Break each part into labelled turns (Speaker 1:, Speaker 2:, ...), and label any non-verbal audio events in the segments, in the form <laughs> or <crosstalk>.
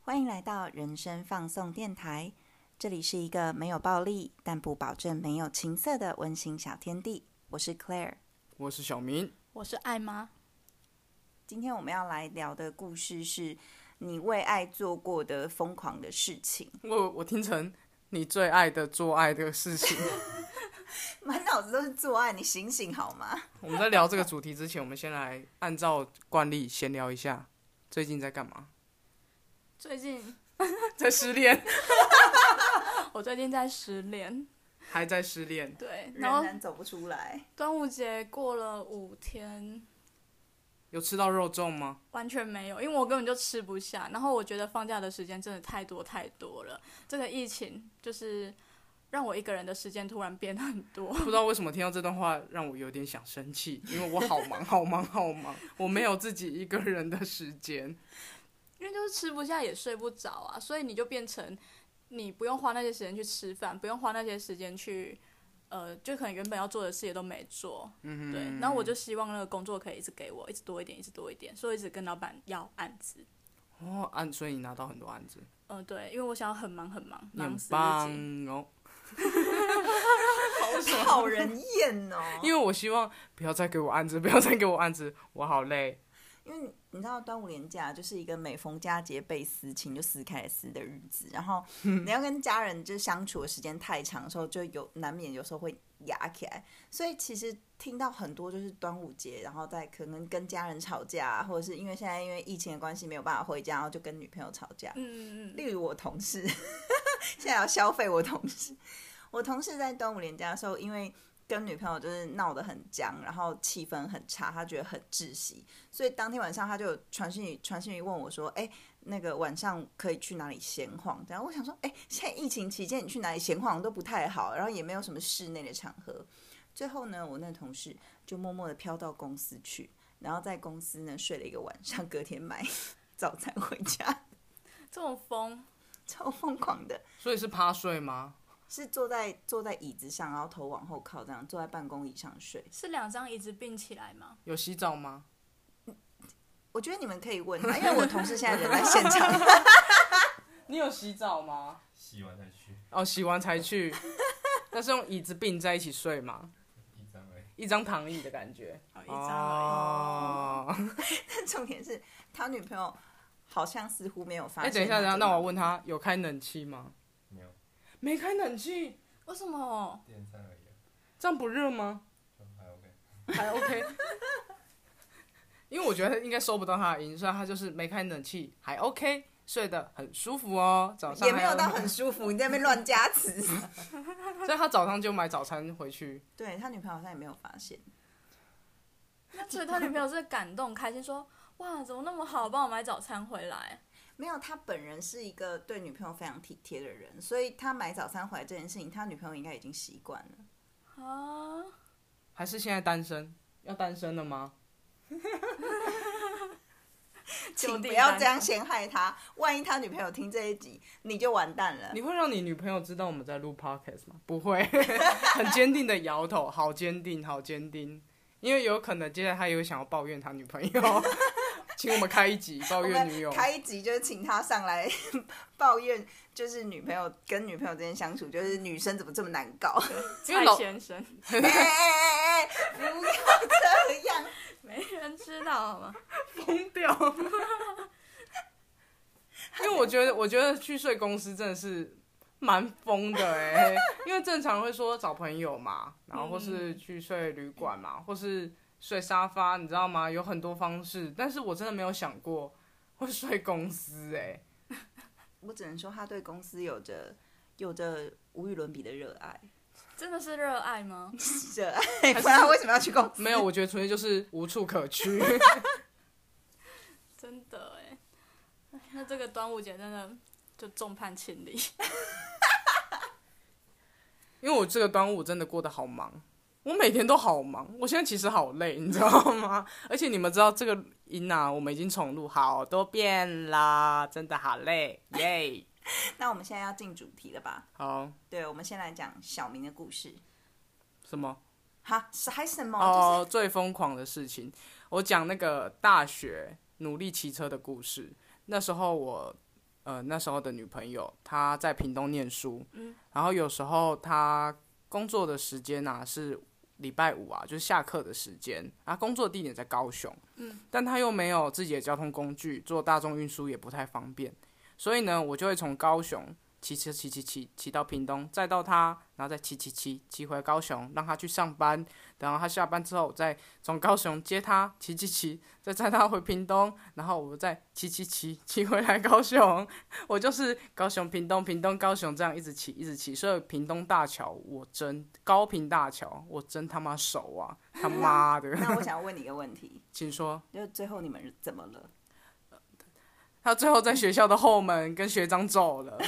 Speaker 1: 欢迎来到人生放送电台，这里是一个没有暴力，但不保证没有情色的温馨小天地。我是 Claire，
Speaker 2: 我是小明，
Speaker 3: 我是爱妈。
Speaker 1: 今天我们要来聊的故事是你为爱做过的疯狂的事情，
Speaker 2: 我我听成你最爱的做爱的事情。 <laughs>
Speaker 1: 满脑子都是做爱，你醒醒好吗？
Speaker 2: 我们在聊这个主题之前，我们先来按照惯例闲聊一下，最近在干嘛？ <laughs>
Speaker 3: 最近
Speaker 2: 在失恋，
Speaker 3: <laughs> 我最近在失恋，
Speaker 2: 还在失恋。
Speaker 3: 对，
Speaker 1: 仍
Speaker 3: 然后
Speaker 1: 然走不出
Speaker 3: <laughs>
Speaker 1: 来。
Speaker 3: 端午节过了五天，
Speaker 2: 有吃到肉粽吗？
Speaker 3: 完全没有，因为我根本就吃不下。然后我觉得放假的时间真的太多太多了，这个疫情就是让我一个人的时间突然变很多。
Speaker 2: 不知道为什么听到这段话让我有点想生气，因为我好忙好忙好忙，我没有自己一个人的时间。
Speaker 3: 因为就是吃不下也睡不着啊，所以你就变成你不用花那些时间去吃饭，不用花那些时间去，呃，就可能原本要做的事也都没做，嗯对。然后我就希望那个工作可以一直给我，一直多一点，一直多一点，所以一直跟老板要案子，
Speaker 2: 哦，案，所以你拿到很多案子，
Speaker 3: 嗯、对，因为我想要很忙很忙，
Speaker 2: 你
Speaker 3: 忙
Speaker 2: 很
Speaker 3: 死自己。嗯
Speaker 2: 棒哦。
Speaker 1: 讨人厌哦！
Speaker 2: 因为我希望不要再给我案子，不要再给我案子，我好累。
Speaker 1: 因为你知道端午连假就是一个每逢佳节倍思亲，就撕开来撕的日子。然后你要跟家人就相处的时间太长的时候，就有难免有时候会压起来。所以其实听到很多就是端午节，然后再可能跟家人吵架，啊或者是因为现在因为疫情的关系没有办法回家，然后就跟女朋友吵架。
Speaker 3: 嗯嗯嗯，
Speaker 1: 例如我同事， <laughs> 现在要消费我同事。我同事在端午连假的时候，因为跟女朋友就是闹得很僵，然后气氛很差，他觉得很窒息，所以当天晚上他就有传讯传讯息问我说：“哎、那个晚上可以去哪里闲晃？”然后我想说：“哎、现在疫情期间你去哪里闲晃都不太好，然后也没有什么室内的场合。”最后呢，我那同事就默默的飘到公司去，然后在公司呢睡了一个晚上，隔天买 <laughs> 早餐回家，
Speaker 3: 这种疯，
Speaker 1: 超疯狂的。
Speaker 2: 所以是趴睡吗？
Speaker 1: 是坐在坐在椅子上，然后头往后靠，这样坐在办公椅上睡。
Speaker 3: 是两张椅子并起来吗？
Speaker 2: 有洗澡吗？
Speaker 1: 我觉得你们可以问他，因为我同事现在人在现场。
Speaker 2: <laughs> 你有洗澡吗？
Speaker 4: 洗完才去，
Speaker 2: 哦，洗完才去， <laughs> 那是用椅子并在一起睡嘛，
Speaker 4: 一张而已。
Speaker 2: 一张躺椅的感觉。
Speaker 3: 哦，一张而已。
Speaker 2: 哦，
Speaker 1: 重点是他女朋友好像似乎没有发
Speaker 2: 哎、
Speaker 1: 现。
Speaker 2: 等一下，等一下，那我问他有开冷气吗？
Speaker 4: 没有，
Speaker 2: 没开冷气，
Speaker 3: 为什么？
Speaker 4: 电扇而已、啊，
Speaker 2: 这样不热吗？
Speaker 4: 就还 OK。
Speaker 2: 还 OK。因为我觉得应该收不到他的音，所以他就是没开冷气，还 OK，睡得很舒服哦。早上
Speaker 1: 也没有
Speaker 2: 还 <laughs>
Speaker 1: 到很舒服，你在那边乱加词。 <laughs>
Speaker 2: 所以他早上就买早餐回去。
Speaker 1: 对他女朋友好像也没有发现，
Speaker 3: 那所以他女朋友是感动开心说。哇，怎么那么好，帮我买早餐回来？
Speaker 1: 没有他本人是一个对女朋友非常体贴的人，所以他买早餐回来这件事情，他女朋友应该已经习惯
Speaker 2: <laughs>
Speaker 1: 了。
Speaker 3: 啊，
Speaker 2: 还是现在单身？要单身了吗？
Speaker 1: 请不要这样陷害他，万一他女朋友听这一集，你就完蛋了。
Speaker 2: 你会让你女朋友知道我们在录 podcast 吗？不会，很坚定的摇头，好坚定，好坚定。因为有可能接下来他有想要抱怨他女朋友， <laughs> 请我们开一集抱
Speaker 1: 我
Speaker 2: 怨女
Speaker 1: 们
Speaker 2: 友。
Speaker 1: 开一集就是请他上来抱怨，就是女朋友跟女朋友之间相处，就是女生怎么这么难搞？
Speaker 2: 因为
Speaker 3: 蔡
Speaker 2: 老
Speaker 3: 先生，
Speaker 1: 哎哎哎哎，不要这样！
Speaker 3: <laughs> 没人知道好吗？
Speaker 2: 疯掉。 <laughs> 因为我觉得，我觉得去睡公司真的是蛮疯的哎、因为正常会说找朋友嘛，然后或
Speaker 1: 嗯
Speaker 2: 是去睡旅馆嘛，或是睡沙发，你知道吗？有很多方式，但是我真的没有想过会睡公司哎、
Speaker 1: 我只能说他对公司有着有着无与伦比的热爱，
Speaker 3: 真的是热爱吗？
Speaker 1: 热爱，不然他为什么要去公司？
Speaker 2: 没有，我觉得纯粹就是无处可去。 <laughs>
Speaker 3: 真的哎，唉那这个端午节真的就众叛亲离。 <laughs>
Speaker 2: 因为我这个端午真的过得好忙，我每天都好忙，我现在其实好累，你知道吗？而且你们知道这个音啊，我们已经重录好多遍啦，真的好累，耶！
Speaker 1: 那我们现在要进主题了吧？
Speaker 2: 好，
Speaker 1: 对，我们先来讲小明的故事。
Speaker 2: 什么？
Speaker 1: 哈，是还什么？就是
Speaker 2: 哦，最疯狂的事情，我讲那个大学努力骑车的故事。那时候我呃那时候的女朋友，她在屏东念书，
Speaker 3: 嗯
Speaker 2: 然后有时候她工作的时间啊是礼拜五啊，就是下课的时间，啊工作地点在高雄，
Speaker 3: 嗯，
Speaker 2: 但她又没有自己的交通工具，坐大众运输也不太方便，所以呢，我就会从高雄骑车骑骑骑骑到屏东，再到她，然后再骑骑骑骑回高雄，让她去上班，然后她下班之后我再从高雄接她，骑骑骑，再载她回屏东，然后我再骑骑骑骑回来高雄。 <laughs> 我就是高雄、屏东、屏东、高雄这样一直骑，一直骑。所以屏东大桥我真高屏大桥我真他妈熟啊，他妈的，
Speaker 1: 那我想问你一个问题，
Speaker 2: <laughs> 请说。
Speaker 1: 就最后你们是怎么了？
Speaker 2: 他最后在学校的后门跟学长走了，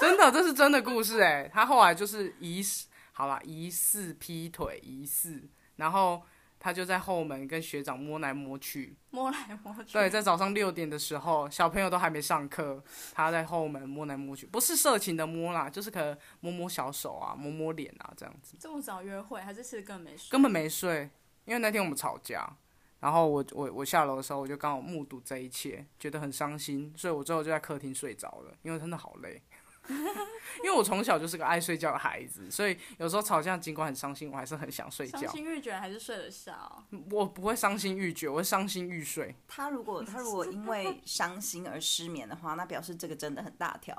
Speaker 2: 真的，这是真的故事哎、他后来就是疑似，好啦，疑似劈腿，疑似，然后他就在后门跟学长摸来摸去。
Speaker 3: 摸来摸去。
Speaker 2: 对，在早上六点的时候，小朋友都还没上课，他在后门摸来摸去，不是色情的摸啦，就是可能摸摸小手啊，摸摸脸啊这样子，
Speaker 3: 这么早约会，还是其实根本没睡？
Speaker 2: 根本没睡，因为那天我们吵架。然后我我我下楼的时候，我就刚好目睹这一切，觉得很伤心，所以我最后就在客厅睡着了，因为真的好累。 <laughs> 因为我从小就是个爱睡觉的孩子，所以有时候吵架尽管很伤心，我还是很想睡
Speaker 3: 伤
Speaker 2: 觉。
Speaker 3: 心欲绝还是睡得着？
Speaker 2: 我不会伤心欲绝，我会伤心欲睡。
Speaker 1: 他如果他如果因为伤心而失眠的话，那表示这个真的很大条。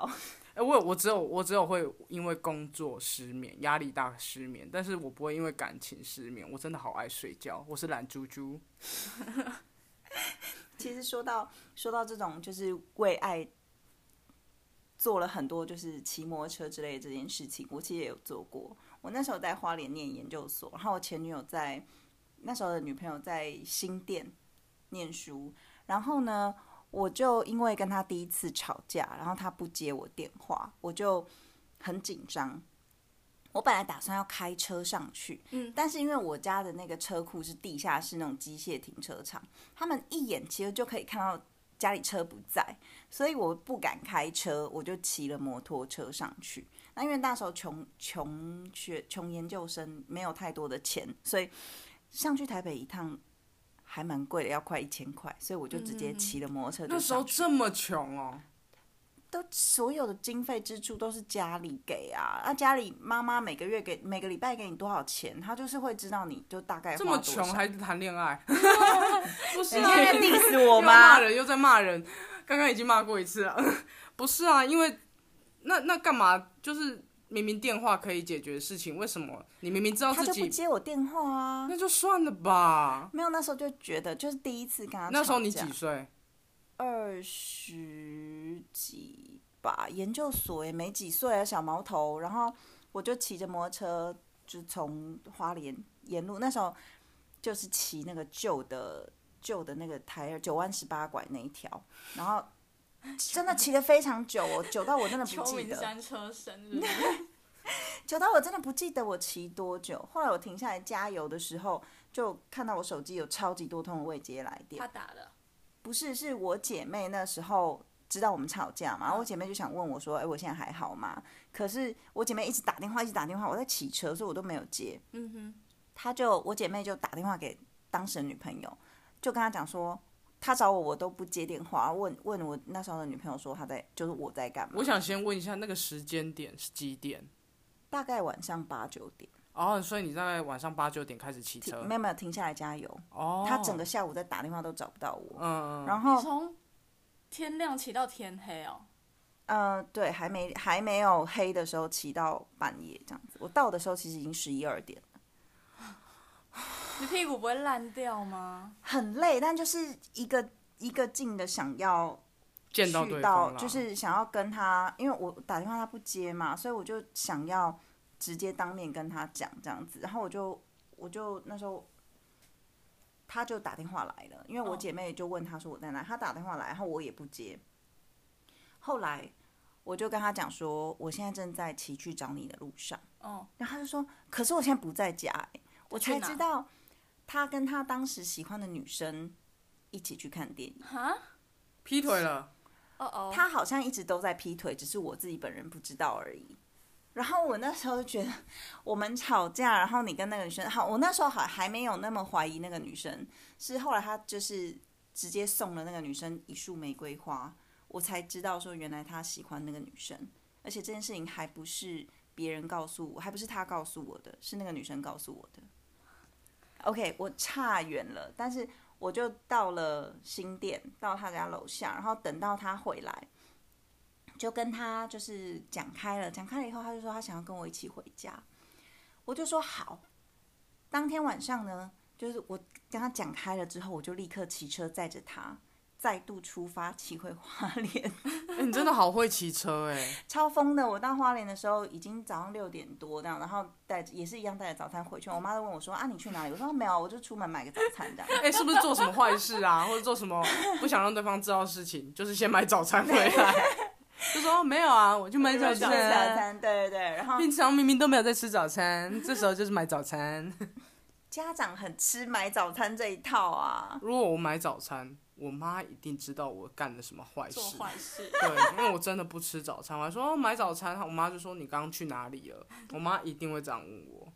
Speaker 2: 哎、我有我只有我只有会因为工作失眠，压力大失眠，但是我不会因为感情失眠。我真的好爱睡觉，我是懒猪猪。
Speaker 1: 其实说到说到这种，就是为爱做了很多，就是骑摩托车之类的这件事情，我其实也有做过。我那时候在花莲念研究所，然后我前女友在那时候的女朋友在新店念书，然后呢，我就因为跟她第一次吵架，然后她不接我电话，我就很紧张。我本来打算要开车上去，
Speaker 3: 嗯
Speaker 1: 但是因为我家的那个车库是地下室那种机械停车场，他们一眼其实就可以看到家里车不在，所以我不敢开车，我就骑了摩托车上去。那因为那时候穷穷学穷研究生，没有太多的钱，所以上去台北一趟还蛮贵的，要快一千块，所以我就直接骑了摩托车就
Speaker 2: 那时候
Speaker 1: 上去。
Speaker 2: 这么穷哦、
Speaker 1: 都所有的经费支出都是家里给啊，那、家里妈妈每个月给每个礼拜给你多少钱，她就是会知道你就大概花
Speaker 2: 这么
Speaker 1: 多
Speaker 2: 穷
Speaker 1: 少
Speaker 2: 还谈
Speaker 1: <laughs>
Speaker 2: 恋爱？不是
Speaker 1: 你
Speaker 2: 啊，
Speaker 1: 现
Speaker 2: <laughs>
Speaker 1: 在在 diss 我
Speaker 2: 又骂
Speaker 1: 吗？
Speaker 2: 人又在骂人，刚刚已经骂过一次了。不是啊，因为那那干嘛？就是明明电话可以解决的事情，为什么你明明知道
Speaker 1: 他
Speaker 2: 自
Speaker 1: 就不
Speaker 2: 己，
Speaker 1: 接我电话啊。
Speaker 2: 那就算了吧。
Speaker 1: 没有，那时候就觉得就是第一次跟他
Speaker 2: 那时候你
Speaker 1: 吵架
Speaker 2: 几岁？
Speaker 1: 二十几吧，研究所也没几岁啊，小毛头。然后我就骑着摩托车，就从花莲沿路，那时候就是骑那个旧的旧的那个台儿九弯十八拐那一条，然后真的骑了非常久哦，久到我真的不
Speaker 3: <laughs> 秋
Speaker 1: 记
Speaker 3: 名
Speaker 1: 得。
Speaker 3: 山车神，
Speaker 2: <laughs>
Speaker 3: 是不是
Speaker 1: 久到我真的不记得我骑多久。后来我停下来加油的时候，就看到我手机有超级多通的未接来电
Speaker 3: 他。打的。
Speaker 1: 不是，是我姐妹那时候知道我们吵架
Speaker 2: 嗯
Speaker 1: 嘛，然后我姐妹就想问我说：“哎、我现在还好吗？”可是我姐妹一直打电话，一直打电话，我在骑车，所以我都没有接。
Speaker 3: 嗯哼，
Speaker 1: 她就我姐妹就打电话给当时的女朋友，就跟她讲说。她找我，我都不接电话。问问我那时候的女朋友说她在，就是我在干嘛？
Speaker 2: 我想先问一下那个时间点是几点？
Speaker 1: 大概晚上八九点，
Speaker 2: 哦，所以你在晚上八九点开始骑车
Speaker 1: 停没？有没有停下来加油。
Speaker 2: 哦，
Speaker 1: 她整个下午在打电话都找不到我。
Speaker 2: 嗯，嗯
Speaker 1: 然后
Speaker 3: 从天亮骑到天黑哦。
Speaker 1: 嗯，对，还没还没有黑的时候骑到半夜这样子。我到的时候其实已经十一二点了，
Speaker 3: 你屁股不会烂掉吗？
Speaker 1: 很累，但就是一个一个劲的想要
Speaker 2: 见到
Speaker 1: 去
Speaker 2: 对
Speaker 1: 到
Speaker 2: 方，啦
Speaker 1: 就是想要跟他，因为我打电话他不接嘛，所以我就想要直接当面跟他讲这样子。然后我就我就那时候。他就打电话来了，因为我
Speaker 3: 哦
Speaker 1: 姐妹就问他说我在哪，他打电话来，然后我也不接。后来我就跟他讲说，我现在正在骑去找你的路上。
Speaker 3: 哦，
Speaker 1: 然后他就说：“可是我现在不在家、欸，我
Speaker 3: 去
Speaker 1: 才
Speaker 3: 哪
Speaker 1: 知道他跟他当时喜欢的女生一起去看电影。
Speaker 3: 哈，
Speaker 2: 劈腿了， <laughs>
Speaker 3: 哦哦，
Speaker 1: 他好像一直都在劈腿，只是我自己本人不知道而已。”然后我那时候就觉得，我们吵架，然后你跟那个女生好，我那时候还还没有那么怀疑那个女生，是后来他就是直接送了那个女生一束玫瑰花，我才知道说原来他喜欢那个女生，而且这件事情还不是别人告诉我，还不是他告诉我的，是那个女生告诉我的。OK，我差远了，但是我就到了新店，到他家楼下，然后等到他回来，就跟他就是讲开了，讲开了以后，他就说他想要跟我一起回家，我就说好。当天晚上呢，就是我跟他讲开了之后，我就立刻骑车载着他再度出发，骑回花莲。 <laughs>
Speaker 2: 哎、你真的好会骑车哎、
Speaker 1: 超疯的！我到花莲的时候已经早上六点多这样，然后带也是一样带着早餐回去。我妈就问我说：“啊，你去哪里？”我说：“没有，我就出门买个早餐这样。
Speaker 2: 哎、是不是做什么坏事啊，或者做什么不想让对方知道的事情，就是先买早餐回来，就说没有啊，我去” <laughs> 买
Speaker 1: 就
Speaker 2: 早
Speaker 1: 是早
Speaker 2: 餐。
Speaker 1: 餐，对对对。然后
Speaker 2: 平常明明都没有在吃早餐，这时候就是买早餐。
Speaker 1: 家长很吃买早餐这一套啊，
Speaker 2: 如果我买早餐，我妈一定知道我干了什么坏
Speaker 3: 做
Speaker 2: 事。，
Speaker 3: 坏事
Speaker 2: <laughs> 对，因为我真的不吃早餐，我还说、哦买早餐，我妈就说你刚刚去哪里了？我妈一定会这样问我。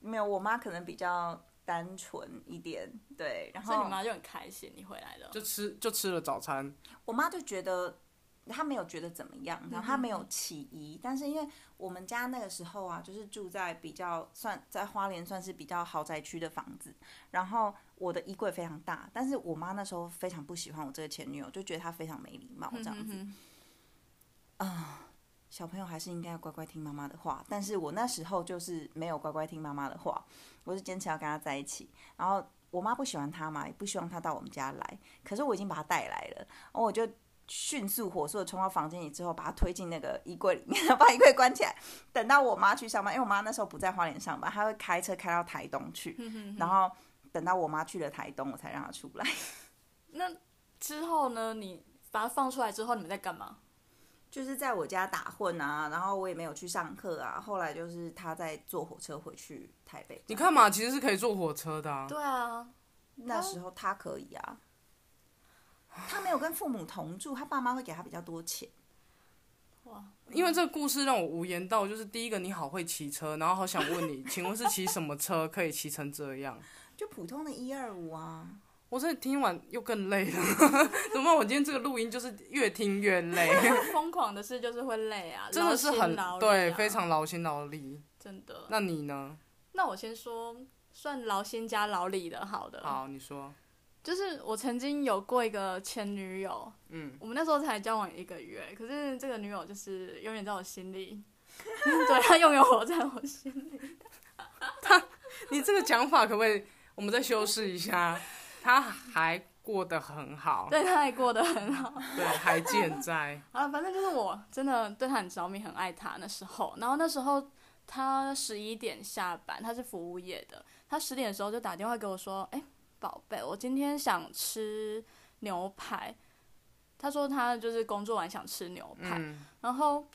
Speaker 1: 没有，我妈可能比较单纯一点，对。然
Speaker 3: 所以
Speaker 1: 后
Speaker 3: 你妈就很开心你回来了。
Speaker 2: 就吃就吃了早餐，
Speaker 1: 我妈就觉得她没有觉得怎么
Speaker 3: 嗯
Speaker 1: 样，然后她没有起疑。但是因为我们家那个时候啊，就是住在比较算在花莲算是比较豪宅区的房子，然后我的衣柜非常大，但是我妈那时候非常不喜欢我这个前女友，就觉得她非常没礼貌这样子。
Speaker 3: 嗯
Speaker 1: 啊小朋友还是应该要乖乖听妈妈的话，但是我那时候就是没有乖乖听妈妈的话，我是坚持要跟她在一起，然后。我妈不喜欢她嘛，也不希望她到我们家来。可是我已经把她带来了，然后我就迅速火速的冲到房间里之后，把她推进那个衣柜里面， <laughs> 然后把衣柜关起来。等到我妈去上班，因为我妈那时候不在花莲上班，她会开车开到台东去，然后等到我妈去了台东，我才让她出来。
Speaker 3: 那之后呢？你把它放出来之后，你们在干嘛？
Speaker 1: 就是在我家打混啊，然后我也没有去上课啊。后来就是她在坐火车回去台北，
Speaker 2: 你看嘛，其实是可以坐火车的、啊。
Speaker 3: 对啊，
Speaker 1: 那时候她可以啊。她没有跟父母同住，她爸妈会给她比较多钱。
Speaker 3: 哇，
Speaker 2: 因为这个故事让我无言到，就是第一个你好会骑车，然后好想问你，请问是骑什么车可以骑成这样？ <laughs>
Speaker 1: 就普通的一二五啊，
Speaker 2: 我真的听完又更累了， <laughs> 怎么办？我今天这个录音就是越听越累， <laughs>
Speaker 3: 疯狂的事就是会累啊，
Speaker 2: 真的是很
Speaker 3: 劳心劳力啊
Speaker 2: 对，非常劳心劳力。
Speaker 3: 真的。那
Speaker 2: 那你呢？
Speaker 3: 那我先说，算劳心加劳力的，好的。
Speaker 2: 好，你说，
Speaker 3: 就是我曾经有过一个前女友，
Speaker 2: 嗯，
Speaker 3: 我们那时候才交往一个月，可是这个女友就是永远在我
Speaker 2: <laughs>
Speaker 3: 心里，对她永远活在我心里。
Speaker 2: 你这个讲法可不可以我们再修饰一下？ <laughs> 他还过得很
Speaker 3: <laughs>
Speaker 2: 好，
Speaker 3: 对她也过得很好。
Speaker 2: 对，还健在。
Speaker 3: 好了，反正就是我真的对她很着迷，很爱她那时候。然后那时候她十一点下班，她是服务业的，她十点的时候就打电话给我说：“哎、宝贝，我今天想吃牛排。”她说她就是工作完想吃牛排，
Speaker 2: 嗯，
Speaker 3: 然后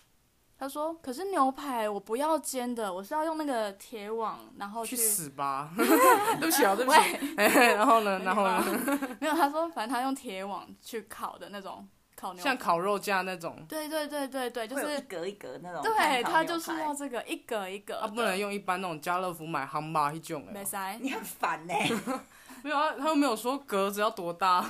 Speaker 3: 她说：“可是牛排我不要煎的，我是要用那个铁网，然后
Speaker 2: 去
Speaker 3: 去
Speaker 2: 死
Speaker 3: <laughs>
Speaker 2: 吧！ <laughs> 对不起啊，对不起。哎 <laughs> 然后呢？然后呢？
Speaker 3: 没有，他说反正他用铁网去烤的那种烤牛排，
Speaker 2: 像烤肉架那种，
Speaker 3: 对对对对对，就
Speaker 1: 会有一
Speaker 3: 是
Speaker 1: 格一格那种炭烤牛排。
Speaker 3: 对他就是要这个一格一格，
Speaker 2: 他啊不能，用一般那种家乐福买汉堡一种
Speaker 3: 啊没
Speaker 2: 哎，
Speaker 3: 塞，
Speaker 1: 你很烦
Speaker 3: <laughs>
Speaker 1: 呢、
Speaker 2: 没有啊，他又没有说格子要多大，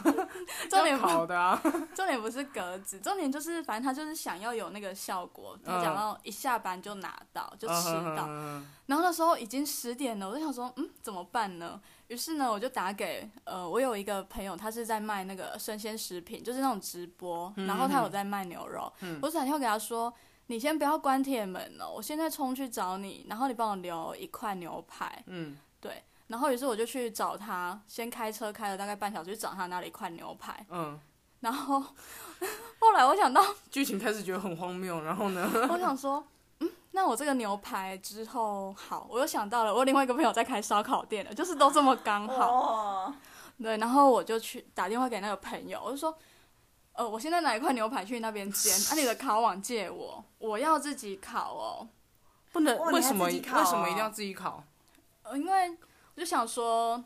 Speaker 3: 重点
Speaker 2: 要烤的啊。 <laughs>
Speaker 3: 重点不是格子，重点就是反正他就是想要有那个效果，他
Speaker 2: 嗯
Speaker 3: 想要一下班就拿到就吃到，
Speaker 2: 嗯嗯
Speaker 3: 然后那时候已经十点了，我就想说嗯怎么办呢？于是呢我就打给呃我有一个朋友，他是在卖那个生鲜食品，就是那种直播，
Speaker 2: 嗯
Speaker 3: 然后他有在卖牛肉，我就打电话给他说。你先不要关铁门了，我现在冲去找你，然后你帮我留一块牛排，
Speaker 2: 嗯
Speaker 3: 对，然后于是我就去找他，先开车开了大概半小时去找他那里一块牛排，
Speaker 2: 嗯，
Speaker 3: 然后 <laughs> 后来我想到，
Speaker 2: 剧情开始觉得很荒谬，然后
Speaker 3: <laughs>
Speaker 2: 呢？
Speaker 3: 我想说，嗯，那我这个牛排之后好，我又想到了，我有另外一个朋友在开烧烤店的，就是都这么刚好，
Speaker 1: 哦，
Speaker 3: 对，然后我就去打电话给那个朋友，我就说。呃，我现在拿一块牛排去那边煎，啊，你的烤网借我，我要自己烤哦。
Speaker 2: 不能
Speaker 1: 哇
Speaker 2: 为什么
Speaker 1: 你还自己烤
Speaker 2: 为
Speaker 3: 啊
Speaker 1: 哦
Speaker 2: 什么一定要自己烤？
Speaker 3: 呃，因为我就想说，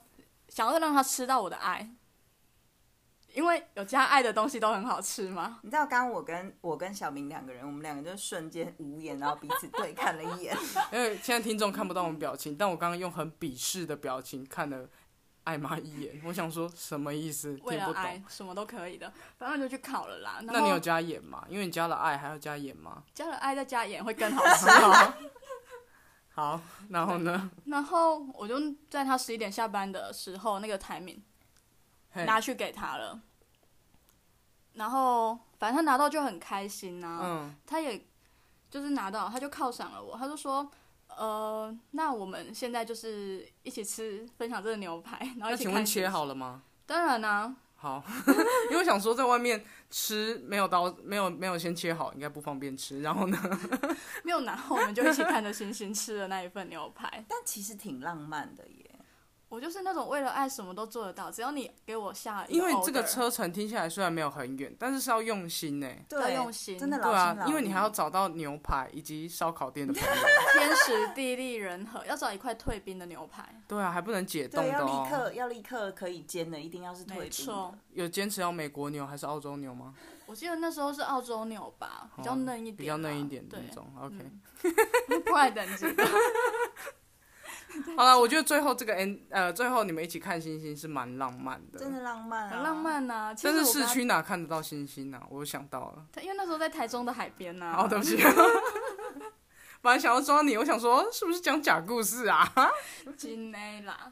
Speaker 3: 想要让他吃到我的爱，因为有加爱的东西都很好吃嘛。
Speaker 1: 你知道，刚刚我跟我跟小明两个人，我们两个就瞬间无言，然后彼此对看了一眼。 <laughs>
Speaker 2: 因为现在听众看不到我们表情，但我刚刚用很鄙视的表情看了艾玛一眼，我想说什么意思？
Speaker 3: <laughs> 为
Speaker 2: 听不
Speaker 3: 了爱
Speaker 2: 懂。
Speaker 3: 什么都可以的，反正我就去考了啦。然
Speaker 2: 那你有
Speaker 3: 后
Speaker 2: 加盐吗？因为你加了爱，还要加盐
Speaker 3: <laughs>
Speaker 2: 吗？ <laughs>
Speaker 3: 加了爱再加盐会更好吃。
Speaker 2: 好，然后呢？
Speaker 3: 然后我就在他十一点下班的时候，那个台敏
Speaker 2: 嘿
Speaker 3: 拿去给他了。然后反正他拿到就很开心呐、
Speaker 2: 嗯，
Speaker 3: 他也就是拿到，他就犒赏了我，他就说。呃，那我们现在就是一起吃，分享这个牛排，然后
Speaker 2: 那
Speaker 3: 一起
Speaker 2: 请
Speaker 3: 看。
Speaker 2: 问切？好了吗？
Speaker 3: 当然啦、啊
Speaker 2: 好， <laughs> 因为我想说在外面吃没有刀，没有没有先切好，应该不方便吃。然后呢，
Speaker 3: 没有拿后，我们就一起看着星星吃的那一份牛排。
Speaker 1: 但其实挺浪漫的耶。
Speaker 3: 我就是那种为了爱什么都做得到，只要你给我下一
Speaker 2: 因为
Speaker 3: order
Speaker 2: 这个车程听起来虽然没有很远，但是是要用心呢、
Speaker 1: 对，
Speaker 3: 要用心
Speaker 1: 真的老
Speaker 2: 对
Speaker 1: 心
Speaker 2: 啊
Speaker 1: 劳，力。
Speaker 2: 因为你还要找到牛排以及烧烤
Speaker 3: <laughs>
Speaker 2: 店的朋友。
Speaker 3: 天时地利人和，要找一块退冰的牛排，
Speaker 2: 对啊，还不能解冻
Speaker 1: 对，
Speaker 2: 的
Speaker 1: 要立
Speaker 2: 哦。
Speaker 1: 刻要立刻可以煎的，一定要是退
Speaker 3: 没
Speaker 1: 冰的
Speaker 3: 错。。
Speaker 2: 有坚持要美国牛还是澳洲牛吗？
Speaker 3: 我记得那时候是澳洲牛吧，比较嫩一点
Speaker 2: 哦
Speaker 3: 啦，
Speaker 2: 比较嫩一点的
Speaker 3: 对嗯
Speaker 2: 那，种。OK，、
Speaker 3: <laughs> 不爱等
Speaker 2: <laughs>
Speaker 3: 级的。嗯
Speaker 2: 好了，我觉得最后这个 N 呃，最后你们一起看星星是蛮浪漫的。
Speaker 1: 真的浪漫、啊，
Speaker 3: 很浪。漫呐、啊。其 <laughs>
Speaker 2: 哦但
Speaker 3: 实
Speaker 2: 是
Speaker 3: 我跟
Speaker 2: 市
Speaker 3: 他
Speaker 2: 区哪看得到星星啊？我想到了，
Speaker 3: 他因为那时候在台中的海边啊呐、
Speaker 2: 哦，对不起， <laughs> 本来想要抓你，我想说是不是讲假故事啊？
Speaker 3: 金 A 啦，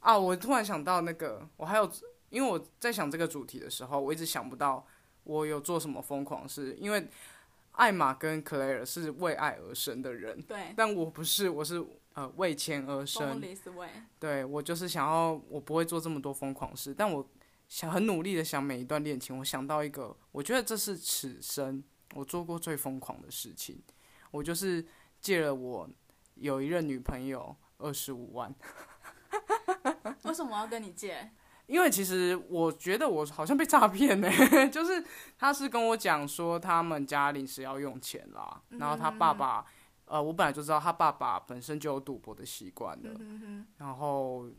Speaker 2: 啊，我突然想到那个，我还有，因为我在想这个主题的时候，我一直想不到我有做什么疯狂事，因为艾玛跟克莱尔是为爱而生的人，
Speaker 3: 对
Speaker 2: 但我不是，我是呃为钱而生，
Speaker 3: ，Only Way，
Speaker 2: 对我就是想要，我不会做这么多疯狂事，但我想很努力的想每一段恋情。我想到一个，我觉得这是此生我做过最疯狂的事情。我就是借了我有一任女朋友二十五万，
Speaker 3: 为什么要跟你借？
Speaker 2: 因为其实我觉得我好像被诈骗呢， <laughs> 就是他是跟我讲说他们家临时要用钱啦，然后他爸爸，呃，我本来就知道他爸爸本身就有赌博的习惯的，然后、嗯、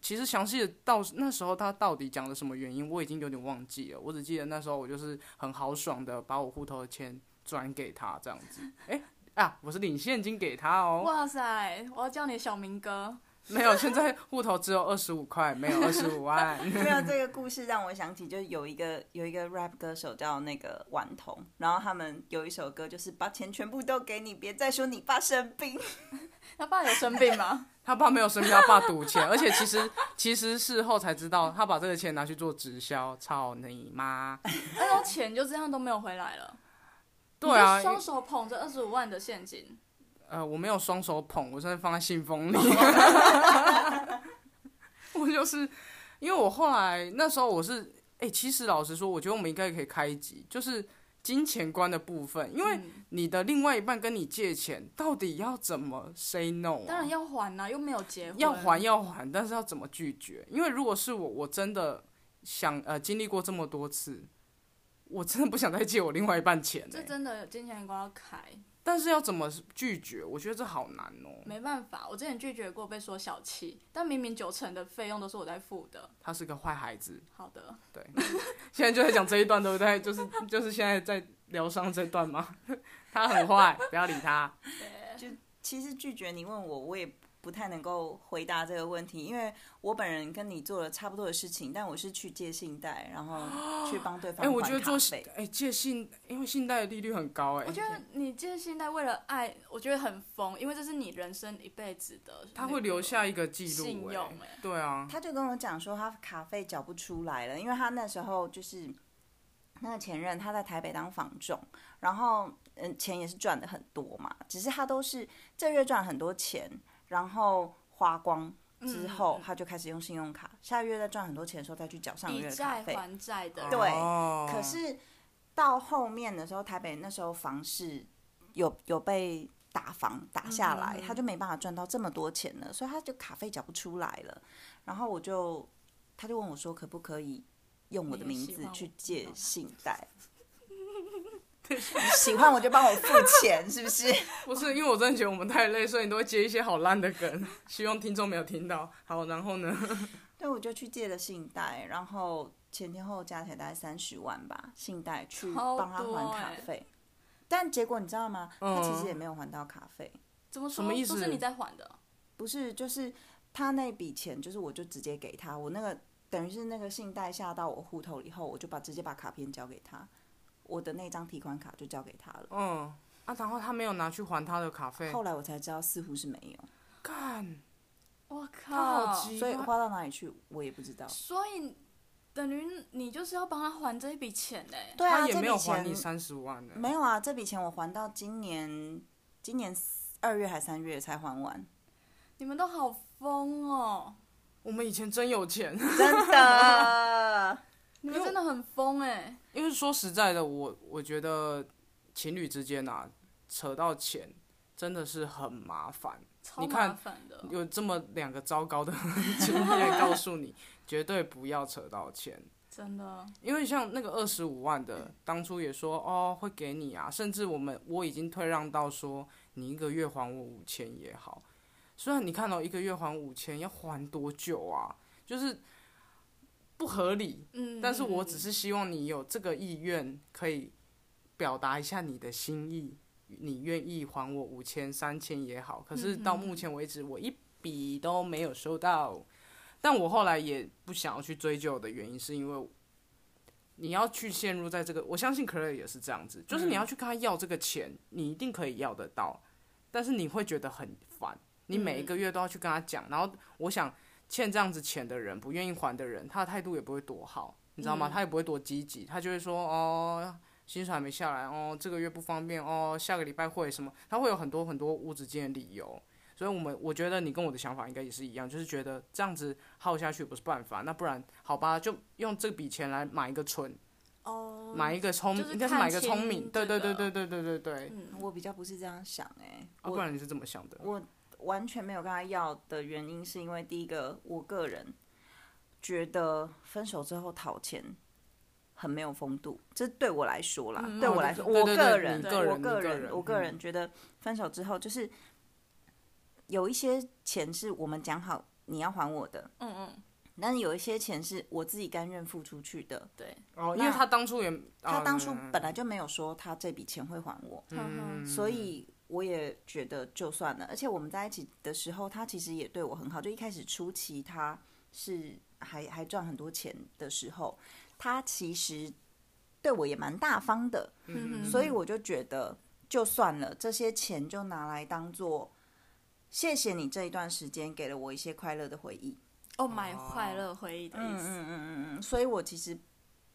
Speaker 2: 其实详细的到那时候他到底讲了什么原因，我已经有点忘记了，我只记得那时候我就是很豪爽的把我户头的钱转给他这样
Speaker 3: <laughs>
Speaker 2: 子，哎、啊，我是领现金给他哦，
Speaker 3: 哇塞，我要叫你小明哥，
Speaker 2: 没有，现在户头只有二十五块，没有二十五
Speaker 3: <laughs>
Speaker 2: 万。
Speaker 1: 没有这个故事让我想起，就有一个有一个 rap 歌手叫那个顽童，然后他们有一首歌就是把钱全部都给你，别再说你爸生病。 <laughs>
Speaker 3: 他爸有生病
Speaker 2: <laughs>
Speaker 3: 吗？
Speaker 2: 他爸没有生病，他爸赌钱，而且其实 <laughs> 其实事后才知道，他把这个钱拿去做直销，操你妈！
Speaker 3: 那时候哎钱就这样都没有回来了。
Speaker 2: 对啊
Speaker 3: 你就，双手捧着二十五万的现金，
Speaker 2: 呃，我没有双手捧，我真的放在信封里。 <laughs> 我就是因为我后来那时候我是，哎、其实老实说，我觉得我们应该可以开一集，就是金钱观的部分，因为
Speaker 3: 嗯
Speaker 2: 你的另外一半跟你借钱，到底要怎么 say no？、啊、
Speaker 3: 当然要还啦、又没有结婚，
Speaker 2: 要还要还，但是要怎么拒绝？因为如果是我，我真的想呃经历过这么多次，我真的不想再借我另外一半钱、
Speaker 3: 这
Speaker 2: 欸。
Speaker 3: 真的金钱观要开，
Speaker 2: 但是要怎么拒绝？我觉得这好难哦、
Speaker 3: 没办法。我之前拒绝过被说小气，但明明九成的费用都是我在付的。
Speaker 2: 他是个坏孩子，
Speaker 3: 好的，
Speaker 2: 对。现在就在讲这一段，对不对？ <laughs> 就是就是现在在疗伤这段吗？ <laughs> 他很坏， <laughs> 不要理他。
Speaker 1: 其实拒绝你问我，我也不太能够回答这个问题，因为我本人跟你做了差不多的事情，但我是去借信贷，然后去帮对
Speaker 2: 哎、
Speaker 1: 方还
Speaker 2: 我觉得做
Speaker 1: 卡
Speaker 2: 信
Speaker 1: 费。
Speaker 2: 哎、借信，因为信贷的利率很高、哎，
Speaker 3: 我觉得你借信贷为了爱，我觉得很疯，因为这是你人生一辈子的。
Speaker 2: 他会留下一个记录、
Speaker 3: 信
Speaker 2: 哎
Speaker 3: 用、哎，
Speaker 2: 对啊，
Speaker 1: 他就跟我讲说，他卡费缴不出来了，因为他那时候就是那个前任，他在台北当房仲，然后嗯，钱也是赚的很多嘛，只是他都是这月赚很多钱，然后花光之后
Speaker 3: 嗯，
Speaker 1: 他就开始用信用卡，下月再赚很多钱的时候再去缴上个月
Speaker 3: 以
Speaker 1: 的卡
Speaker 3: 债
Speaker 1: 费。
Speaker 3: 还债的人，
Speaker 1: 对
Speaker 2: 哦
Speaker 1: 可是到后面的时候，台北那时候房市有有被打房打下
Speaker 3: 嗯
Speaker 1: 来，他就没办法赚到这么多钱了，所以他就卡费缴不出来了。然后我就他就问我说，可不可以用我的名字去借信
Speaker 3: <laughs>
Speaker 1: 贷？你喜欢我就帮我付钱，是不是？
Speaker 2: 不是，因为我真的觉得我们太累，所以你都会接一些好烂的梗，希望听众没有听到。好，然后呢？
Speaker 1: 对，我就去借了信贷，然后前前后后加起来大概三十万吧，信贷去
Speaker 3: 超
Speaker 1: 帮他
Speaker 3: 多
Speaker 1: 还卡
Speaker 3: 欸
Speaker 1: 费。但结果你知道吗？他其
Speaker 2: 嗯
Speaker 1: 实也没有还到卡费。
Speaker 3: 怎么
Speaker 2: 什
Speaker 3: 说？
Speaker 2: 么意思
Speaker 3: 都是你在还的。
Speaker 1: 不是，就是他那笔钱就是我就直接给他，我那个等于是那个信贷下到我户头以后，我就把直接把卡片交给他，我的那张提款卡就交给他了。
Speaker 2: 嗯啊，然后他没有拿去还他的卡费，
Speaker 1: <laughs> 后来我才知道，似乎是没有，
Speaker 2: 干，
Speaker 3: 我
Speaker 2: 他好
Speaker 3: 靠！
Speaker 2: 奇
Speaker 1: 所以
Speaker 2: 怪
Speaker 1: 花到哪里去我也不知道。
Speaker 3: 所以等于你就是要帮他还这一笔钱欸嘞、
Speaker 1: 对啊，
Speaker 2: 他也
Speaker 1: 这
Speaker 2: 没有
Speaker 1: 笔
Speaker 2: 还
Speaker 1: 钱
Speaker 2: 你三十万呢、
Speaker 1: 没有啊，这笔钱我还到今年，今年二月还三月才还完， <laughs>
Speaker 3: 你们都好疯哦！
Speaker 2: 我们以前真有钱，
Speaker 1: 真
Speaker 2: <laughs>
Speaker 1: 的。
Speaker 3: 你们真的很疯哎、
Speaker 2: 因为说实在的，我我觉得情侣之间啊，扯到钱真的是很麻烦。
Speaker 3: 超
Speaker 2: 你
Speaker 3: 麻
Speaker 2: 看
Speaker 3: 烦的。
Speaker 2: 有这么两个糟糕的 <laughs> 经验，告诉你绝对不要扯到钱。
Speaker 3: 真的，
Speaker 2: 因为像那个二十五万的，当初也说哦会给你啊，甚至我们我已经退让到说你一个月还我五千也好。虽然你看哦到、一个月还五千，要还多久啊？就是不合理。
Speaker 3: 嗯，
Speaker 2: 但是我只是希望你有这个意愿，可以表达一下你的心意，你愿意还我五千、三千也好。可是到目前为止，我一笔都没有收到。但我后来也不想要去追究的原因，是因为你要去陷入在这个，我相信 Clare 也是这样子，就是你要去跟他要这个钱，你一定可以要得到，但是你会觉得很烦，你每一个月都要去跟他讲，然后我想欠这样子钱的人，不愿意还的人，他的态度也不会多好，你知道
Speaker 1: 嗯
Speaker 2: 吗？他也不会多积极，他就会说哦，薪水还没下来，哦，这个月不方便，哦，下个礼拜会什么，他会有很多很多无止境的理由。所以，我们我觉得你跟我的想法应该也是一样，就是觉得这样子耗下去不是办法，那不然好吧，就用这笔钱来买一个蠢，
Speaker 3: 哦，
Speaker 1: 嗯
Speaker 2: 买一个聪，
Speaker 3: 就是
Speaker 2: 应该是买一个
Speaker 3: 看
Speaker 2: 聪
Speaker 3: 清
Speaker 2: 明，
Speaker 3: 这
Speaker 2: 对对对
Speaker 3: 个
Speaker 2: 对对对对对。
Speaker 3: 嗯，
Speaker 1: 我比较不是这样想哎、
Speaker 2: 啊，不
Speaker 1: 我
Speaker 2: 然你是怎么想的？
Speaker 1: 我完全没有跟他要的原因是因为第一个，我个人觉得分手之后讨钱很没有风度，这对我来说啦，
Speaker 3: 嗯
Speaker 1: 对我来说，
Speaker 2: 哦对
Speaker 1: 我
Speaker 2: 对对
Speaker 1: 个
Speaker 2: 对
Speaker 1: 人，
Speaker 3: 你
Speaker 2: 个人
Speaker 1: 我
Speaker 2: 你
Speaker 1: 个
Speaker 2: 个人
Speaker 1: 人，我个人
Speaker 2: 嗯
Speaker 1: 觉得分手之后就是有一些钱是我们讲好你要还我的，
Speaker 3: 嗯嗯，
Speaker 1: 但是有一些钱是我自己甘愿付出去的。
Speaker 3: 对，
Speaker 2: 哦，因为
Speaker 1: 那
Speaker 2: 他当初也，
Speaker 1: 他
Speaker 2: 哦
Speaker 1: 当初
Speaker 2: 嗯
Speaker 1: 本来就没有说他这笔钱会还我，
Speaker 3: 嗯
Speaker 1: 所以我也觉得就算了。而且我们在一起的时候，他其实也对我很好。就一开始初期他是还还赚很多钱的时候，他其实对我也蛮大方的，
Speaker 3: 嗯
Speaker 1: 所以我就觉得就算了，这些钱就拿来当做谢谢你这一段时间给了我一些快乐的回忆。
Speaker 3: 哦，买快乐回忆的意
Speaker 1: 嗯
Speaker 3: 思，
Speaker 1: 嗯嗯嗯嗯，所以我其实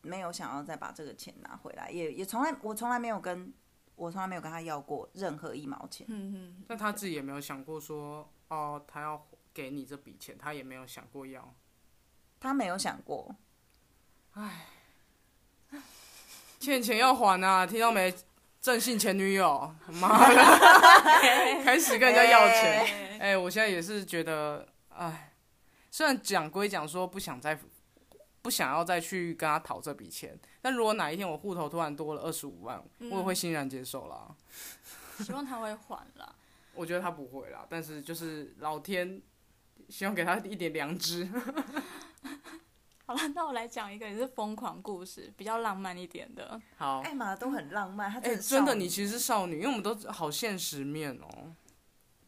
Speaker 1: 没有想要再把这个钱拿回来，也也从来我从来没有跟我从来没有跟他要过任何一毛钱。
Speaker 3: 嗯嗯，
Speaker 2: 那他
Speaker 3: <laughs>
Speaker 2: 自己也没有想过说，哦，他要给你这笔钱，他也没有想过要。
Speaker 1: 他没有想过，
Speaker 2: 欠钱要还啊，听到没？正信前女友，妈的，开始跟人家要钱。
Speaker 3: 对
Speaker 2: 哎、我现在也是觉得，哎，虽然讲归讲说不想再不想要再去跟他讨这笔钱，但如果哪一天我户头突然多了二十五万，我也会欣然接受啦。
Speaker 3: <laughs> 希望他会还啦。
Speaker 2: 我觉得他不会啦，但是就是老天希望给他一点良知。 <laughs>
Speaker 3: 好了，那我来讲一个也是疯狂故事，比较浪漫一点的。
Speaker 2: 好，
Speaker 1: 哎艾玛都很浪漫，她
Speaker 2: 哎、
Speaker 1: 真的
Speaker 2: 真
Speaker 1: 少
Speaker 2: 的，
Speaker 1: 女
Speaker 2: 你其实是少女，因为我们都好现实面哦。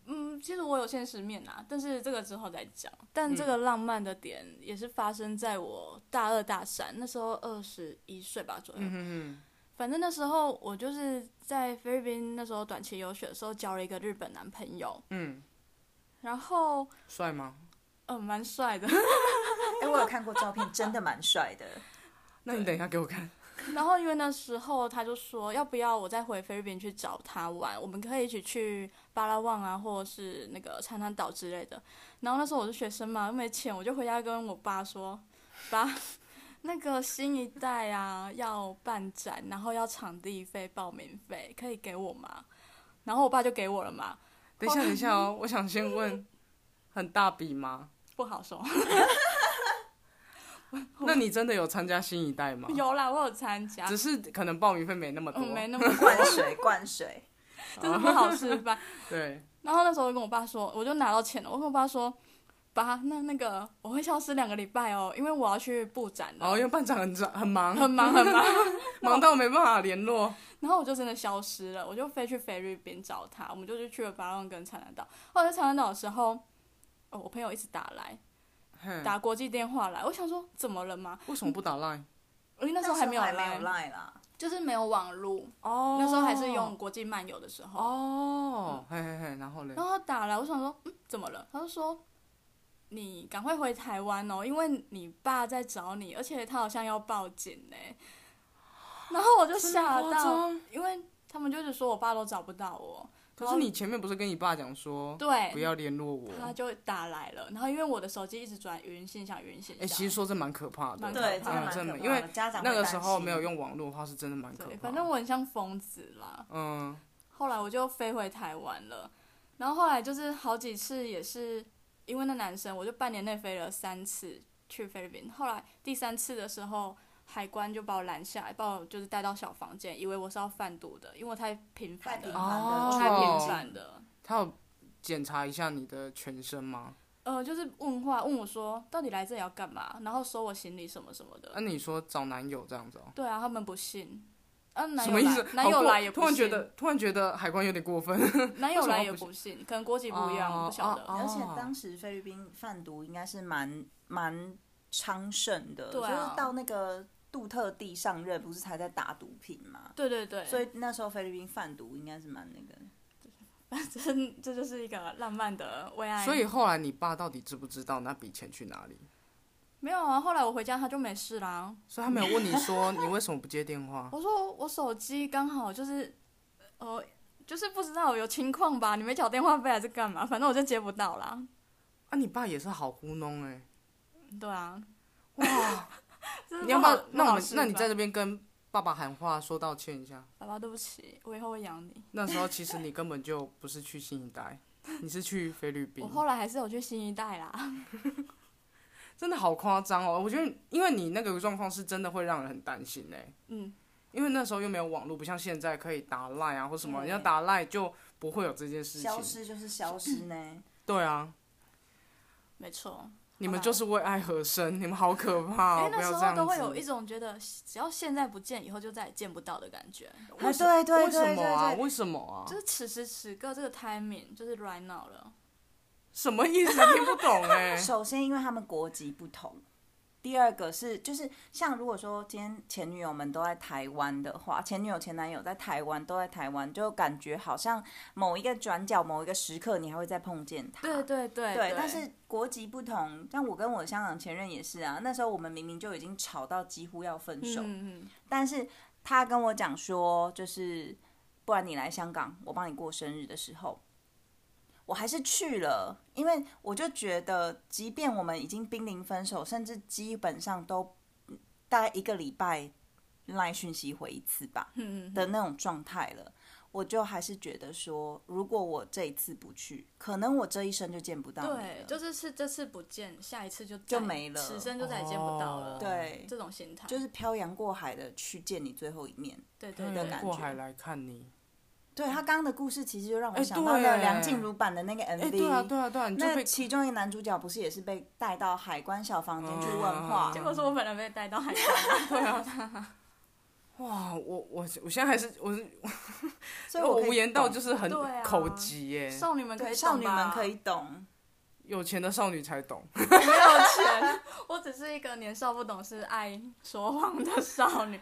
Speaker 3: 嗯，其实我有现实面啊，但是这个之后再讲。但这个
Speaker 2: 嗯
Speaker 3: 浪漫的点也是发生在我大二大三那时候，二十一岁吧左右。
Speaker 2: 嗯
Speaker 3: 反正那时候我就是在菲律宾那时候短期游学的时候交了一个日本男朋友，
Speaker 2: 嗯，
Speaker 3: 然后
Speaker 2: 帅吗？
Speaker 3: 嗯蛮帅的， <laughs>
Speaker 1: 哎、我有看过照片，真的蛮帅的。
Speaker 2: 那你等一下给我
Speaker 3: <laughs>
Speaker 2: 看。
Speaker 3: 然后因为那时候他就说要不要我再回菲律宾去找他玩，我们可以一起去巴拉望啊，或者是那个长滩岛之类的。然后那时候我是学生嘛，又没钱，我就回家跟我爸说，爸， <laughs> 那个新一代啊要办展，然后要场地费、报名费，可以给我吗？然后我爸就给我了嘛，
Speaker 2: 等一下，等一下哦，我想先问，很大笔吗？
Speaker 3: 不好说。
Speaker 2: 那你真的有参加新一代吗？，
Speaker 3: 有啦，我有参加
Speaker 2: 只，啊是可能报名费没那么多。
Speaker 3: 嗯，没那
Speaker 1: <laughs>
Speaker 3: 么多，
Speaker 1: 灌水，灌
Speaker 2: <laughs>
Speaker 1: 水，
Speaker 3: 就是不好示范。
Speaker 2: 对，
Speaker 3: 然后那时候我跟我爸说，我就拿到钱了。我跟我爸说，爸，那那个我会消失两个礼拜哦，因为我要去布展了，
Speaker 2: 哦，因为班长很长很忙，
Speaker 3: 嗯 <laughs> 很忙很忙。
Speaker 2: <laughs>
Speaker 3: <laughs>
Speaker 2: 忙到没办法联络。
Speaker 3: 然后我就真的消失了，我就飞去菲律宾找他，我们就是去了巴浪跟长南岛。后来在长南岛的时候，哦，我朋友一直打来，
Speaker 2: 嘿
Speaker 3: 打国际电话来，我想说怎么了吗？
Speaker 2: 为什么不打 line？
Speaker 3: 因为那时候还没有
Speaker 1: 还没
Speaker 2: 哎
Speaker 3: 来，
Speaker 1: 有 Line 啦，
Speaker 3: 就是没有网路，
Speaker 2: 哦
Speaker 3: 那时候还是用国际漫游的时候。
Speaker 2: 哦，嘿嘿嘿，然后嘞
Speaker 3: 然，后他打来，我想说，嗯，怎么了？他就说，你赶快回台湾哦，因为你爸在找你，而且他好像要报警呢。然后我就吓
Speaker 2: 真的夸
Speaker 3: 到，
Speaker 2: 张
Speaker 3: 因为他们就是说我爸都找不到我，
Speaker 2: 可是你前面不是跟你爸讲说不
Speaker 3: 对，
Speaker 2: 要联络我？
Speaker 3: 他就打来了。然后因为我的手机一直转语音信箱，语音信
Speaker 2: 哎，
Speaker 3: 箱，
Speaker 2: 其实说这蛮可怕的，
Speaker 3: 蛮可
Speaker 1: 对，
Speaker 3: 怕
Speaker 1: 真的蛮可怕
Speaker 2: 嗯，真的，
Speaker 1: 的。
Speaker 2: 因为
Speaker 1: 家长会
Speaker 2: 那个
Speaker 1: 担
Speaker 2: 时候
Speaker 1: 心
Speaker 2: 没有，用网络的话，是真的蛮可怕
Speaker 3: 对，
Speaker 2: 的。
Speaker 3: 反正我很像疯子啦。
Speaker 2: 嗯，
Speaker 3: 后来我就飞回台湾了，然后后来就是好几次也是因为那男生，我就半年内飞了三次去菲律宾。后来第三次的时候，海关就把我拦下来，把我就是带到小房间，以为我是要贩毒的，因为我太频
Speaker 1: 太
Speaker 3: 繁
Speaker 1: 频
Speaker 3: 了，
Speaker 1: 繁的，
Speaker 2: 哦
Speaker 3: 我
Speaker 1: 去
Speaker 3: 太
Speaker 1: 了
Speaker 3: 频
Speaker 1: 解
Speaker 3: 繁的。
Speaker 2: 他有检查一下你的全身吗？
Speaker 3: 呃，就是问话，问我说到底来这里要干嘛，然后收我行李什么什么
Speaker 2: 那、
Speaker 3: 的。
Speaker 2: 啊你说找男友这样子哦、
Speaker 3: 对啊，他们不信。啊，男
Speaker 2: 什
Speaker 3: 友
Speaker 2: 么意思
Speaker 3: 来，？男友
Speaker 2: 好过
Speaker 3: 来也不
Speaker 2: 突然觉
Speaker 3: 信，
Speaker 2: 得，突然觉得海关有点过分。
Speaker 3: 男
Speaker 2: 为
Speaker 3: 友
Speaker 2: 什么
Speaker 3: 来也
Speaker 2: 不信
Speaker 3: 不信，可能国籍不一样，我不晓得。
Speaker 2: 哦
Speaker 1: 而且当时菲律宾贩毒应该是蛮蛮昌盛的，
Speaker 3: 对啊
Speaker 1: 就是到那个杜特地上任不是才在打毒品嘛，
Speaker 3: 对对对，
Speaker 1: 所以那时候菲律宾贩毒应该是蛮那个。
Speaker 3: 这这就是一个浪漫的为爱。
Speaker 2: 所以后来你爸到底知不知道那笔钱去哪里？
Speaker 3: 没有啊，后来我回家他就没事啦。
Speaker 2: 所以他没有问你说你为什么不接电话？
Speaker 3: 我说我手机刚好就是，呃，就是不知道有情况吧？你没缴电话费还是干嘛？反正我就接不到啦。
Speaker 2: 啊，你爸也是好糊弄哎、
Speaker 3: 对啊，
Speaker 2: 哇！
Speaker 3: 这
Speaker 2: <laughs>
Speaker 3: 是
Speaker 2: 你要不要
Speaker 3: 不好？
Speaker 2: 那我
Speaker 3: 不好
Speaker 2: 们
Speaker 3: 示
Speaker 2: 那你
Speaker 3: 范
Speaker 2: 在这边跟爸爸喊话说道歉一下。
Speaker 3: 爸爸对不起，我以后会养你。
Speaker 2: 那时候其实你根本就不是去新一代，你是去菲律宾
Speaker 3: 我。后来还是有去新一代啦。
Speaker 2: 真的好夸张哦！我觉得，因为你那个状况是真的会让人很担心哎、
Speaker 3: 嗯，
Speaker 2: 因为那时候又没有网络，不像现在可以打赖啊或什么，
Speaker 1: 对
Speaker 2: 你要打赖就不会有这件事
Speaker 1: 消
Speaker 2: 情。
Speaker 1: 失就是消失呢，
Speaker 2: 对啊，
Speaker 3: 没错。
Speaker 2: 你们就是为爱和生，你们好可怕、哦！
Speaker 3: 因哎为那
Speaker 2: 不要
Speaker 3: 时
Speaker 2: 这
Speaker 3: 候
Speaker 2: 样
Speaker 3: 都会有一
Speaker 2: 子。
Speaker 3: 种觉得，只要现在不见，以后就再也见不到的感觉。
Speaker 1: 啊对对
Speaker 2: 为什
Speaker 1: 对对
Speaker 2: 么啊？
Speaker 1: 对，
Speaker 2: 为什么啊
Speaker 3: 就？是此时此刻这个 timing 就是 right now 了。
Speaker 2: 什么意思？听不懂哎、
Speaker 1: 首先，因为他们国籍不同；第二个是，就是像如果说今天前女友们都在台湾的话，前女友、前男友在台湾都在台湾，就感觉好像某一个转角、某一个时刻，你还会再碰见他。
Speaker 3: 对对对
Speaker 1: 对，但是国籍不同，像我跟我香港前任也是啊，那时候我们明明就已经吵到几乎要分手，
Speaker 3: 嗯嗯，
Speaker 1: 但是他跟我讲说，就是不然你来香港，我帮你过生日的时候，我还是去了，因为我就觉得，即便我们已经濒临分手，甚至基本上都嗯大概一个礼拜赖讯息回一次吧
Speaker 3: 嗯嗯
Speaker 1: 的那种状态了。我就还是觉得说，如果我这一次不去，可能我这一生就见不到你
Speaker 3: 对
Speaker 1: 了，。
Speaker 3: 就是是这次不见，下一次就
Speaker 1: 就
Speaker 3: 再
Speaker 1: 没了
Speaker 3: 此生就再也见不到了。
Speaker 2: 哦
Speaker 1: 对
Speaker 3: 这种心态，
Speaker 1: 就是漂洋过海的去见你最后一面。
Speaker 3: 对对
Speaker 2: 嗯
Speaker 1: 的
Speaker 3: 对
Speaker 1: 感觉
Speaker 2: 过海来看你。
Speaker 1: 对他刚刚的故事，其实就让我
Speaker 2: 哎
Speaker 1: 想到了
Speaker 2: 对
Speaker 1: 梁静茹版的那个 MV、
Speaker 2: 哎、对啊，对啊，对啊，你就
Speaker 1: 那
Speaker 2: 被
Speaker 1: 其中一个男主角不是也是被带到海关小房间去问
Speaker 2: 嗯
Speaker 1: 话？
Speaker 3: 结果说我本来被带到海上，对啊，
Speaker 2: 哇！我我我现在还是我是
Speaker 1: 所以我可以
Speaker 2: 无言到就是很
Speaker 3: 对啊
Speaker 2: 口急耶、
Speaker 3: 少女们可
Speaker 1: 对
Speaker 3: 以，
Speaker 1: 少女
Speaker 3: 懂吧
Speaker 1: 们
Speaker 3: <laughs>
Speaker 1: 可以，懂，
Speaker 2: 有钱的少女才懂。
Speaker 3: 我没有钱，我只是一个年少不懂事、爱说谎的少
Speaker 1: <laughs>
Speaker 3: 女，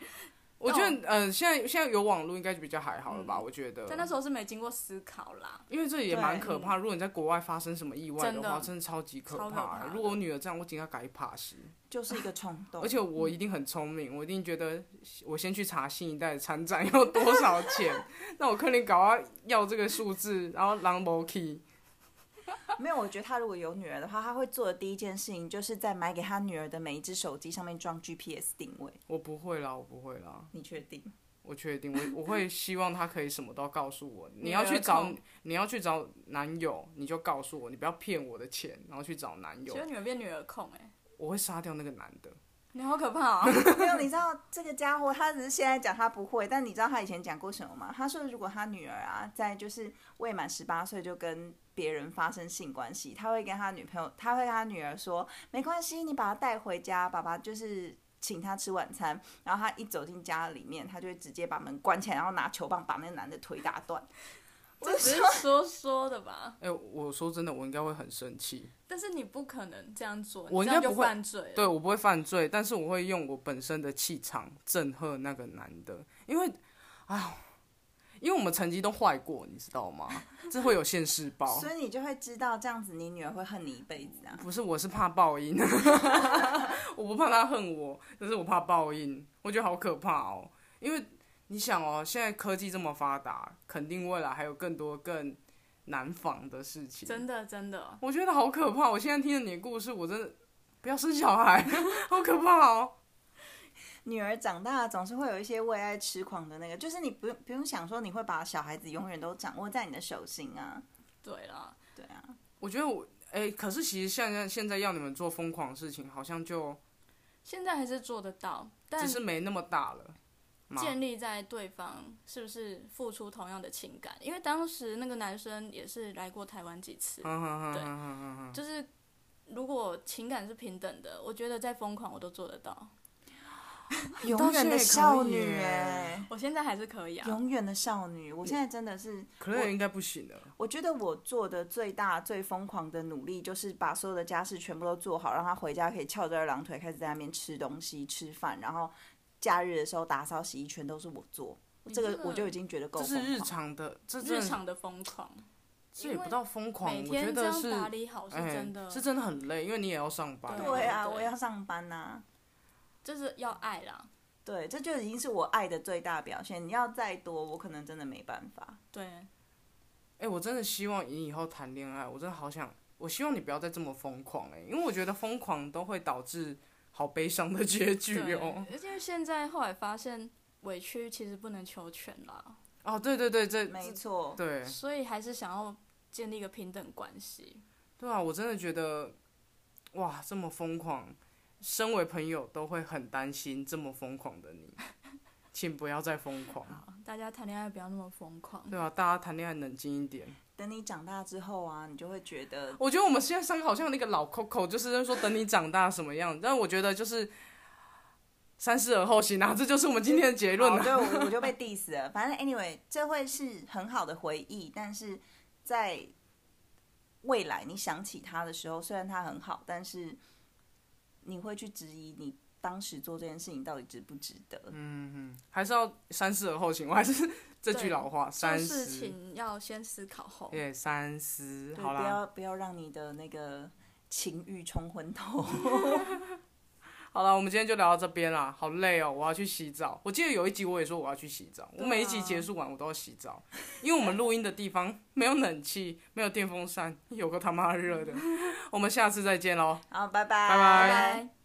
Speaker 2: 我觉得，呃，现在现在有网络应该就比较还好了吧？
Speaker 3: 嗯
Speaker 2: 我觉得。
Speaker 3: 但那时候是没经过思考啦。
Speaker 2: 因为这也蛮可怕，如果你在国外发生什么意外的
Speaker 3: 真
Speaker 2: 话，
Speaker 3: 的
Speaker 2: 真的超级可
Speaker 3: 超可怕的哦
Speaker 2: 如果我女儿这样，我应该改怕死。
Speaker 1: 就是一个冲动
Speaker 2: 而。且我一定很聪
Speaker 3: 嗯
Speaker 2: 明，我一定觉得我先去查新一代的参展要多少
Speaker 3: <laughs>
Speaker 2: 钱，那我肯定搞要要这个数字，然后狼某 key。
Speaker 1: 没有，我觉得他如果有女儿的话，他会做的第一件事情就是在买给他女儿的每一只手机上面装 GPS 定位。
Speaker 2: 我不会啦，我不会啦，
Speaker 1: 你确定？
Speaker 2: 我确定，我我 <laughs> 会希望他可以什么都要告诉我。你
Speaker 3: 女
Speaker 2: 要
Speaker 3: 儿
Speaker 2: 去找
Speaker 3: 控
Speaker 2: 你要去找男友，你就告诉我，你不要骗我的钱，然后去找男友
Speaker 3: 觉得。你们变女儿控哎、
Speaker 2: 我会杀掉那个男的。
Speaker 3: 你好可怕
Speaker 1: <laughs>
Speaker 3: 哦！
Speaker 1: 没有，你知道这个家伙，他只是现在讲他不会，但你知道他以前讲过什么吗？他说，如果他女儿啊，在就是未满十八岁就跟别人发生性关系，他会跟他女朋友，他会跟他女儿说，没关系，你把他带回家，爸爸就是。请他吃晚餐，然后他一走进家里面，他就会直接把门关起来，然后拿球棒把那个男的腿打断。
Speaker 3: 这只是说说的吧。
Speaker 2: 哎、我说真的，我应该会很生气。
Speaker 3: 但是你不可能这样做，
Speaker 2: 我
Speaker 3: 你这
Speaker 2: 应该
Speaker 3: 样就
Speaker 2: 不会
Speaker 3: 犯罪了。
Speaker 2: 对我不会犯罪，但是我会用我本身的气场震慑那个男的，因为，哎呦，因为我们成绩都坏过，你知道吗？这会有现世
Speaker 1: <laughs>
Speaker 2: 报。
Speaker 1: 所以你就会知道这样子，你女儿会恨你一辈子啊。
Speaker 2: 不是，我是怕报应， <laughs> 我不怕他恨我，但是我怕报应，我觉得好可怕哦。因为你想哦，现在科技这么发达，肯定未来还有更多更难防的事情。
Speaker 3: 真的真的，
Speaker 2: 我觉得好可怕。我现在听了你的故事，我真的不要生小孩， <laughs> 好可怕哦。
Speaker 1: 女儿长大了总是会有一些为爱痴狂的那个，就是你不用不用想说你会把小孩子永远都掌握在你的手心啊。
Speaker 3: 对啦，
Speaker 1: 对啊，
Speaker 2: 我觉得我哎、可是其实现在现在要你们做疯狂的事情，好像就
Speaker 3: 现在还是做得到，但
Speaker 2: 只是没那么大了。嘛
Speaker 3: 建立在对方是不是付出同样的情感，因为当时那个男生也是来过台湾几次，对就是如果情感是平等的，我觉得再疯狂我都做得到，
Speaker 1: 永远的少女
Speaker 2: 哎
Speaker 1: 哎、
Speaker 3: 我现在还是可以啊。
Speaker 1: 永远的少女。我现在真的是，
Speaker 2: 可能应该不行了。
Speaker 1: 我觉得我做的最大最疯狂的努力，就是把所有的家事全部都做好，让她回家可以翘着二郎腿开始在那边吃东西、吃饭，然后假日的时候打扫、洗衣全都是我做。
Speaker 3: 你
Speaker 1: 这
Speaker 3: 这
Speaker 1: 个
Speaker 3: 个
Speaker 1: 我就已经觉得够
Speaker 2: 这
Speaker 1: 疯
Speaker 2: 是
Speaker 1: 狂
Speaker 2: 日
Speaker 1: 了。
Speaker 2: 常的，这真
Speaker 3: 日
Speaker 2: 的
Speaker 3: 常的疯狂，
Speaker 2: 这也不到疯狂，
Speaker 3: 每
Speaker 2: 我觉
Speaker 3: 天这
Speaker 2: 得
Speaker 3: 样
Speaker 2: 是
Speaker 3: 打理好是
Speaker 2: 哎
Speaker 3: 真的，
Speaker 2: 是真的很累，因为你也要上班。
Speaker 3: 对
Speaker 1: 对啊，
Speaker 3: 对
Speaker 1: 我要上班呐、
Speaker 3: 就是要爱啦。
Speaker 1: 对，这就已经是我爱的最大表现。你要再多，我可能真的没办法。
Speaker 3: 对，
Speaker 2: 哎、我真的希望你以后谈恋爱，我真的好想，我希望你不要再这么疯狂哎、因为我觉得疯狂都会导致好悲伤的结局
Speaker 3: 对
Speaker 2: 哦。
Speaker 3: 而且现在后来发现委屈其实不能求全啦，
Speaker 2: 哦，对对对，这
Speaker 1: 没
Speaker 2: 这
Speaker 1: 错，
Speaker 2: 对
Speaker 3: 所以还是想要建立一个平等关系。
Speaker 2: 对啊，我真的觉得，哇，这么疯狂，身为朋友都会很担心这么疯狂的你，请不要再疯狂，
Speaker 3: 好，大家谈恋爱不要那么疯狂。
Speaker 2: 对啊，大家谈恋爱冷静一点。
Speaker 1: 等你长大之后啊，你就会觉得
Speaker 2: 我觉得我们现在三个好像那个老 Coco，就是在说等你长大什么样。但我觉得就是三思而后行啊，这就是我们今天的结论啊
Speaker 1: 好
Speaker 2: 了。
Speaker 1: 对，我我
Speaker 2: <laughs>
Speaker 1: 就被 diss 了。反正 anyway，这会是很好的回忆，但是在未来你想起它的时候，虽然它很好，但是你会去质疑你当时做这件事情到底值不值得。
Speaker 2: 嗯还是要三思而后行，我还是这句
Speaker 3: 对
Speaker 2: 老话，
Speaker 3: 做
Speaker 2: 三
Speaker 3: 事
Speaker 2: 思，
Speaker 3: 情要先思考后。
Speaker 2: 对，三思，
Speaker 1: 对，
Speaker 2: 好
Speaker 1: 不
Speaker 2: 啦，
Speaker 1: 要不要让你的那个情欲冲昏
Speaker 2: <laughs>
Speaker 1: 头。
Speaker 2: 好啦，我们今天就聊到这边啦，好累哦，我要去洗澡。我记得有一集我也说我要去洗澡，我
Speaker 1: 对啊
Speaker 2: 每一集结束完我都要洗
Speaker 1: <laughs>
Speaker 2: 澡，因为我们录音的地方没有冷气，没
Speaker 1: <laughs>
Speaker 2: 有电风扇，有个他妈热的。我们下次再见喽。
Speaker 1: 好，拜
Speaker 2: 拜
Speaker 3: 拜
Speaker 2: 拜
Speaker 3: 拜。